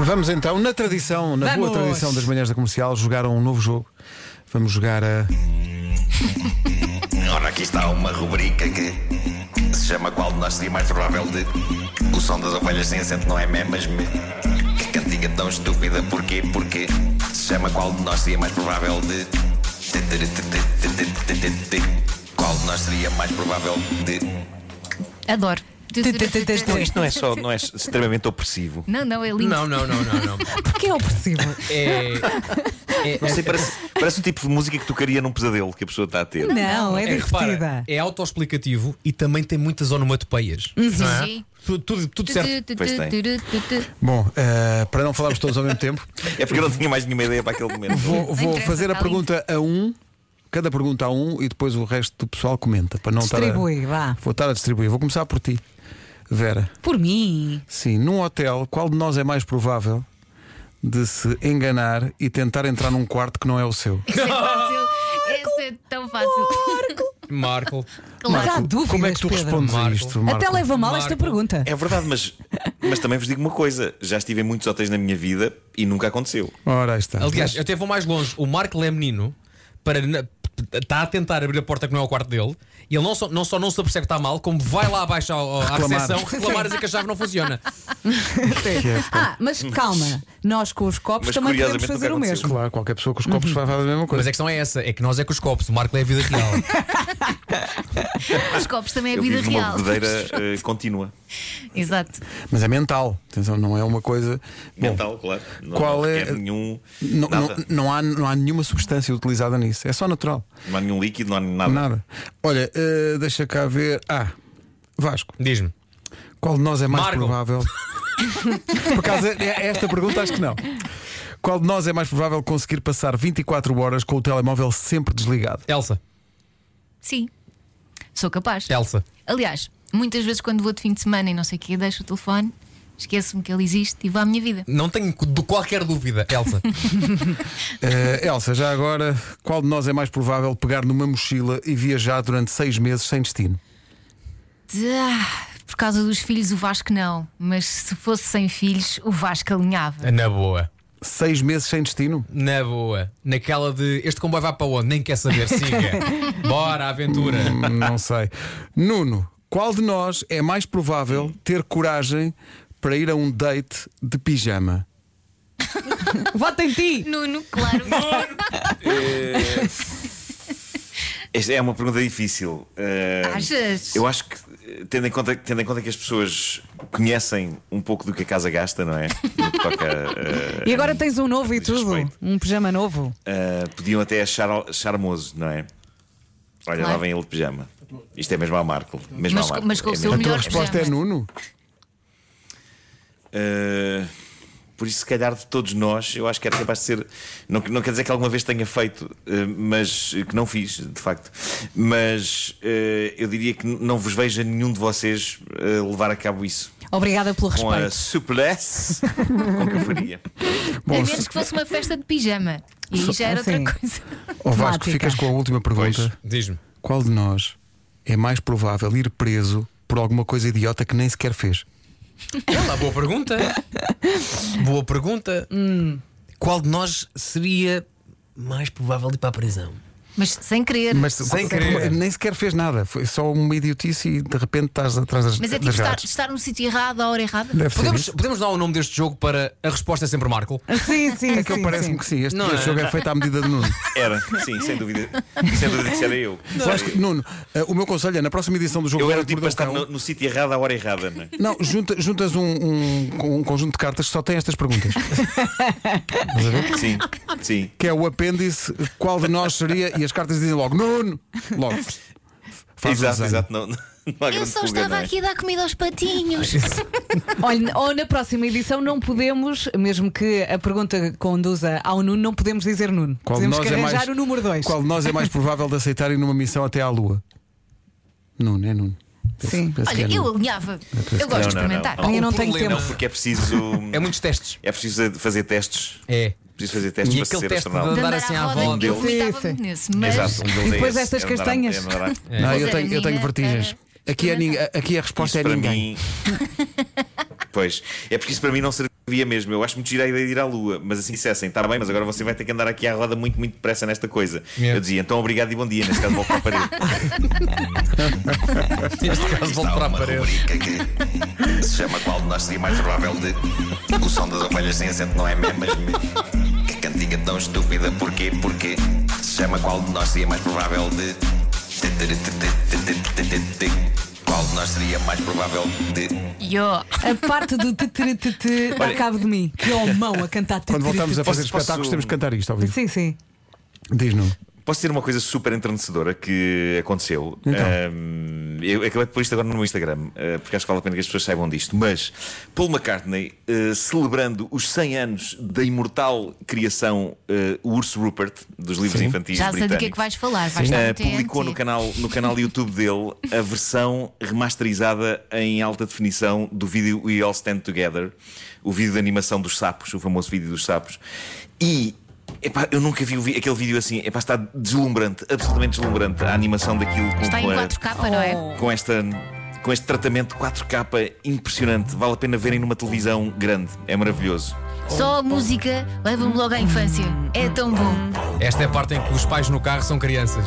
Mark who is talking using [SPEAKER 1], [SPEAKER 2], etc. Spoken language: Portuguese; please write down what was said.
[SPEAKER 1] Vamos então, na tradição, na
[SPEAKER 2] Vamos.
[SPEAKER 1] boa tradição das manhãs da comercial, jogar a um novo jogo. Vamos jogar a.
[SPEAKER 3] Ora, aqui está uma rubrica que se chama Qual de nós seria mais provável de. O som das ovelhas sem acento não é mé, mas me. Que cantiga tão estúpida, porquê? Porque se chama Qual de nós seria mais provável de. Qual de nós seria mais provável de.
[SPEAKER 4] Adoro.
[SPEAKER 5] Não, isto não é só, não é extremamente opressivo.
[SPEAKER 4] Não, não, é lindo.
[SPEAKER 2] Não, não, não, não, não.
[SPEAKER 6] Porque é opressivo.
[SPEAKER 2] É, é,
[SPEAKER 5] Não sei, parece, parece o tipo de música que tocaria num pesadelo que a pessoa está a ter.
[SPEAKER 6] Não, é
[SPEAKER 2] é, repara,
[SPEAKER 6] divertida.
[SPEAKER 2] é autoexplicativo e também tem muitas onomatopeias. Não é?
[SPEAKER 4] Sim.
[SPEAKER 2] Tudo, tudo, tudo certo.
[SPEAKER 5] Pois
[SPEAKER 1] Bom, eh, para não falarmos todos ao mesmo tempo,
[SPEAKER 5] É porque eu não tinha mais nenhuma ideia para aquele momento.
[SPEAKER 1] vou, vou
[SPEAKER 4] interessa,
[SPEAKER 1] fazer a
[SPEAKER 4] está lindo.
[SPEAKER 1] pergunta a um, cada pergunta a um, e depois o resto do pessoal comenta. Para não estar a-
[SPEAKER 6] Distribui, vá.
[SPEAKER 1] Vou estar a distribuir. Vou começar por ti, Vera.
[SPEAKER 6] Por mim.
[SPEAKER 1] Sim, num hotel, qual de nós é mais provável de se enganar e tentar entrar num quarto que não é o seu?
[SPEAKER 4] Isso é fácil. Isso é tão fácil.
[SPEAKER 2] Marco.
[SPEAKER 6] Mas há
[SPEAKER 4] Claro.
[SPEAKER 6] dúvidas,
[SPEAKER 1] Como é que tu
[SPEAKER 6] Pedro.
[SPEAKER 1] respondes a
[SPEAKER 2] Marco.
[SPEAKER 1] isto, Marco?
[SPEAKER 6] Até leva mal esta
[SPEAKER 2] Marco.
[SPEAKER 6] pergunta.
[SPEAKER 5] É verdade, mas, mas também vos digo uma coisa: já estive em muitos hotéis na minha vida e nunca aconteceu.
[SPEAKER 1] Ora, aí está.
[SPEAKER 2] Aliás, eu até vou mais longe. O Marco é menino para. na- Está a tentar abrir a porta que não é o quarto dele e ele não só não, só não se apercebe que está mal, como vai lá abaixo ao, ao- à
[SPEAKER 1] Reclamar.
[SPEAKER 2] recepção reclamar a dizer que a chave não funciona.
[SPEAKER 1] é,
[SPEAKER 6] Ah, mas calma, nós com os copos
[SPEAKER 5] Mas
[SPEAKER 6] também podemos
[SPEAKER 5] curiosamente
[SPEAKER 6] fazer
[SPEAKER 5] nunca
[SPEAKER 6] o mesmo.
[SPEAKER 1] Claro, qualquer pessoa com os
[SPEAKER 6] Uhum.
[SPEAKER 1] copos vai fazer a mesma coisa.
[SPEAKER 2] Mas a questão é essa: é que nós é com os copos, o Marco é a vida real.
[SPEAKER 4] Os copos também é
[SPEAKER 5] Eu
[SPEAKER 4] vida
[SPEAKER 5] vivo numa
[SPEAKER 4] real.
[SPEAKER 5] verdadeira eh, contínua.
[SPEAKER 4] Exato.
[SPEAKER 1] Mas é mental, atenção, não é uma coisa. Bom,
[SPEAKER 5] Mental, claro. Não,
[SPEAKER 1] qual
[SPEAKER 5] não
[SPEAKER 1] é-
[SPEAKER 5] requer nenhum.
[SPEAKER 1] não,
[SPEAKER 5] nada.
[SPEAKER 1] não- não há, não há nenhuma substância utilizada nisso, é só natural.
[SPEAKER 5] Não há nenhum líquido, não há nada.
[SPEAKER 1] Nada. Olha, eh, deixa cá ver. Ah, Vasco,
[SPEAKER 2] Diz-me.
[SPEAKER 1] qual de nós é mais
[SPEAKER 2] Marco.
[SPEAKER 1] provável? Por acaso, é- é esta pergunta acho que não. Qual de nós é mais provável conseguir passar 24 horas com o telemóvel sempre desligado?
[SPEAKER 2] Elsa.
[SPEAKER 4] Sim. Sou capaz.
[SPEAKER 2] Elsa.
[SPEAKER 4] Aliás, muitas vezes quando vou de fim de semana e não sei o quê, deixo o telefone, esqueço-me que ele existe e vou à minha vida.
[SPEAKER 2] Não tenho de qualquer dúvida, Elsa.
[SPEAKER 1] Eh, Elsa, já agora, qual de nós é mais provável pegar numa mochila e viajar durante seis meses sem destino?
[SPEAKER 4] Ah, Por causa dos filhos, o Vasco não. Mas se fosse sem filhos, o Vasco alinhava.
[SPEAKER 2] Na boa.
[SPEAKER 1] Seis meses sem destino?
[SPEAKER 2] Na boa. Naquela de este comboio vai para onde? Nem quer saber, siga. Bora, aventura.
[SPEAKER 1] Hum, Não sei. Nuno, qual de nós é mais provável ter coragem para ir a um date de pijama?
[SPEAKER 6] Vota em ti!
[SPEAKER 4] Nuno, claro.
[SPEAKER 5] Esta é uma pergunta difícil. Eh,
[SPEAKER 4] Achas?
[SPEAKER 5] Eu acho que, eh, tendo em, conta, tendo em conta que as pessoas conhecem um pouco do que a casa gasta, não é? No que toca, eh,
[SPEAKER 6] E agora tens um novo e
[SPEAKER 5] diz
[SPEAKER 6] tudo.
[SPEAKER 5] respeito.
[SPEAKER 6] Um pijama novo.
[SPEAKER 5] eh, podiam até achar charmoso, não é? Olha, lá
[SPEAKER 4] Claro.
[SPEAKER 5] vem ele de pijama. Isto é mesmo ao Marco. Mesmo
[SPEAKER 4] Mas
[SPEAKER 5] ao
[SPEAKER 4] co-
[SPEAKER 5] Marco.
[SPEAKER 4] mas com o
[SPEAKER 5] É
[SPEAKER 4] seu
[SPEAKER 5] mesmo.
[SPEAKER 1] A
[SPEAKER 4] melhor
[SPEAKER 1] tua resposta é
[SPEAKER 4] pijama.
[SPEAKER 1] Nuno?
[SPEAKER 5] Eh, por isso, se calhar, de todos nós, eu acho que era capaz de ser. Não, não quer dizer que alguma vez tenha feito, eh, mas eh, que não fiz, de facto. Mas eh, eu diria que n- não vos vejo a nenhum de vocês eh, levar a cabo isso.
[SPEAKER 6] Obrigada pelo
[SPEAKER 5] Com a
[SPEAKER 6] respeito.
[SPEAKER 5] suplesse com que eu faria.
[SPEAKER 4] a menos que fosse uma festa de pijama. E aí já era
[SPEAKER 6] Sim.
[SPEAKER 4] outra coisa.
[SPEAKER 1] Ó Vasco,
[SPEAKER 6] Temática.
[SPEAKER 1] ficas com a última pergunta.
[SPEAKER 2] Diz-me.
[SPEAKER 1] Qual de nós é mais provável ir preso por alguma coisa idiota que nem sequer fez?
[SPEAKER 2] É lá, boa pergunta. Boa pergunta.
[SPEAKER 6] Hum.
[SPEAKER 2] Qual de nós seria mais provável de ir para a prisão?
[SPEAKER 4] Mas sem querer. Mas,
[SPEAKER 1] Mas
[SPEAKER 2] Sem querer.
[SPEAKER 1] nem sequer fez nada. Foi só uma idiotice e de repente estás atrás das
[SPEAKER 4] é tipo
[SPEAKER 1] das
[SPEAKER 4] estar,
[SPEAKER 1] grades.
[SPEAKER 4] estar no sítio errado, à hora errada.
[SPEAKER 1] Deve ser.
[SPEAKER 2] Podemos,
[SPEAKER 1] isso.
[SPEAKER 2] podemos dar o nome deste jogo para a resposta é sempre Marco?
[SPEAKER 6] Sim, sim,
[SPEAKER 1] É que eu
[SPEAKER 6] sim,
[SPEAKER 1] parece-me
[SPEAKER 6] sim.
[SPEAKER 1] que sim. Este,
[SPEAKER 2] Não
[SPEAKER 1] este
[SPEAKER 2] é?
[SPEAKER 1] jogo é feito à medida de Nuno.
[SPEAKER 5] Era, sim, sem dúvida. Sem dúvida que isso era eu.
[SPEAKER 1] Eu acho que, Nuno, eh, o meu conselho é na próxima edição do jogo.
[SPEAKER 5] Eu era o
[SPEAKER 1] do
[SPEAKER 5] tipo para
[SPEAKER 1] Mordeu
[SPEAKER 5] estar
[SPEAKER 1] o Cão,
[SPEAKER 5] no, no sítio errado à hora errada, não é?
[SPEAKER 1] Não, junta- juntas um, um- com um conjunto de cartas que só tem estas perguntas. Estás a ver?
[SPEAKER 5] Sim, sim.
[SPEAKER 1] Que é o apêndice, qual de nós seria, e as cartas dizem logo, Nuno! Logo. Faz o
[SPEAKER 5] exato,
[SPEAKER 1] desenho.
[SPEAKER 5] exato. Não, não há
[SPEAKER 4] Eu
[SPEAKER 5] grande
[SPEAKER 4] só
[SPEAKER 5] fuga,
[SPEAKER 4] estava
[SPEAKER 5] não é?
[SPEAKER 4] aqui a dar comida aos patinhos.
[SPEAKER 1] é
[SPEAKER 6] Olha, ou na próxima edição não podemos, mesmo que a pergunta conduza ao Nuno, não podemos dizer Nuno.
[SPEAKER 1] Qual de
[SPEAKER 6] podemos
[SPEAKER 1] nós
[SPEAKER 6] que
[SPEAKER 1] é mais-
[SPEAKER 6] arranjar o número 2.
[SPEAKER 1] Qual de nós é mais provável de aceitarem numa missão até à Lua? Nuno, é Nuno. Penso-
[SPEAKER 6] Sim.
[SPEAKER 1] penso que é
[SPEAKER 4] Olha, eu
[SPEAKER 1] Nuno.
[SPEAKER 4] alinhava. Eu gosto de
[SPEAKER 5] Não, não, não.
[SPEAKER 4] experimentar.
[SPEAKER 5] Não,
[SPEAKER 6] Eu não
[SPEAKER 2] O
[SPEAKER 6] tenho
[SPEAKER 2] um problema-
[SPEAKER 6] tempo.
[SPEAKER 5] Não, porque é preciso.
[SPEAKER 2] É muitos testes.
[SPEAKER 5] É preciso fazer testes.
[SPEAKER 2] É.
[SPEAKER 5] Preciso fazer
[SPEAKER 2] E
[SPEAKER 5] testes para
[SPEAKER 2] aquele
[SPEAKER 5] ser
[SPEAKER 2] teste
[SPEAKER 5] astronauta.
[SPEAKER 4] De
[SPEAKER 2] de- Andar
[SPEAKER 4] andar
[SPEAKER 2] assim à
[SPEAKER 4] à
[SPEAKER 2] volta.
[SPEAKER 4] roda, eu vomitava
[SPEAKER 6] Sim,
[SPEAKER 4] muito
[SPEAKER 6] sim.
[SPEAKER 4] nesse. Mas
[SPEAKER 5] Exato, um deles
[SPEAKER 6] E
[SPEAKER 5] é
[SPEAKER 6] depois
[SPEAKER 5] esse,
[SPEAKER 6] destas
[SPEAKER 5] é andar-
[SPEAKER 6] castanhas.
[SPEAKER 5] é andar-
[SPEAKER 1] Não,
[SPEAKER 4] Mas
[SPEAKER 1] eu,
[SPEAKER 4] era
[SPEAKER 1] tenho, eu tenho
[SPEAKER 4] minha-
[SPEAKER 1] vertigens. Aqui, é ninguém- aqui a resposta
[SPEAKER 5] Isso
[SPEAKER 1] é
[SPEAKER 5] para
[SPEAKER 1] ninguém.
[SPEAKER 5] mim. Pois. É porque isso para mim não servia Via mesmo, eu acho muito gira a ideia de ir à Lua, mas assim dissessem, está bem, mas agora você vai ter que andar aqui à roda muito, muito depressa nesta coisa.
[SPEAKER 2] Yeah.
[SPEAKER 5] Eu dizia, então obrigado e bom dia, neste caso vou para a parede.
[SPEAKER 2] Neste caso, volto para a
[SPEAKER 3] uma
[SPEAKER 2] parede.
[SPEAKER 3] rubrica que se chama Qual de nós seria mais provável de. O som das ovelhas sem acento não é mesmo, mas. Que cantiga tão estúpida, porquê? Porque se chama Qual de nós seria mais provável de. Qual de nós seria mais provável de.
[SPEAKER 4] Yo.
[SPEAKER 6] A parte do teteretetê dá cabo de mim. Que homão a cantar
[SPEAKER 1] Quando voltamos a fazer
[SPEAKER 6] teteretetê.
[SPEAKER 5] Posso-
[SPEAKER 1] espetáculos,
[SPEAKER 5] posso-
[SPEAKER 1] temos que cantar isto, ao vivo.
[SPEAKER 6] Sim, sim.
[SPEAKER 1] Diz-nos.
[SPEAKER 5] Posso dizer uma coisa super entrenecedora que aconteceu? Ahm, eu acabei de pôr isto agora no meu Instagram, ah, porque acho que vale a pena que as pessoas saibam disto. Mas Paul McCartney, ah, celebrando os 100 anos da imortal criação ah, O Urso Rupert, dos livros infantis
[SPEAKER 4] Já sei
[SPEAKER 5] britânicos.
[SPEAKER 4] do que é que vais falar. Vais
[SPEAKER 5] Ah,
[SPEAKER 4] estar muito
[SPEAKER 5] publicou no canal, no canal YouTube dele a versão remasterizada em alta definição do vídeo We All Stand Together, o vídeo de animação dos sapos, o famoso vídeo dos sapos. E epá, eu nunca vi o vi- aquele vídeo assim, epá, está deslumbrante, absolutamente deslumbrante a animação daquilo com,
[SPEAKER 4] Está em
[SPEAKER 5] com a-
[SPEAKER 4] 4K,
[SPEAKER 1] Oh,
[SPEAKER 4] não
[SPEAKER 6] Oh.
[SPEAKER 4] é?
[SPEAKER 5] com esta. Com este tratamento 4K impressionante, vale a pena verem numa televisão grande, é maravilhoso.
[SPEAKER 1] oh,
[SPEAKER 4] Só a música leva-me logo à infância. É tão bom.
[SPEAKER 2] Esta é a parte em que os pais no carro são crianças.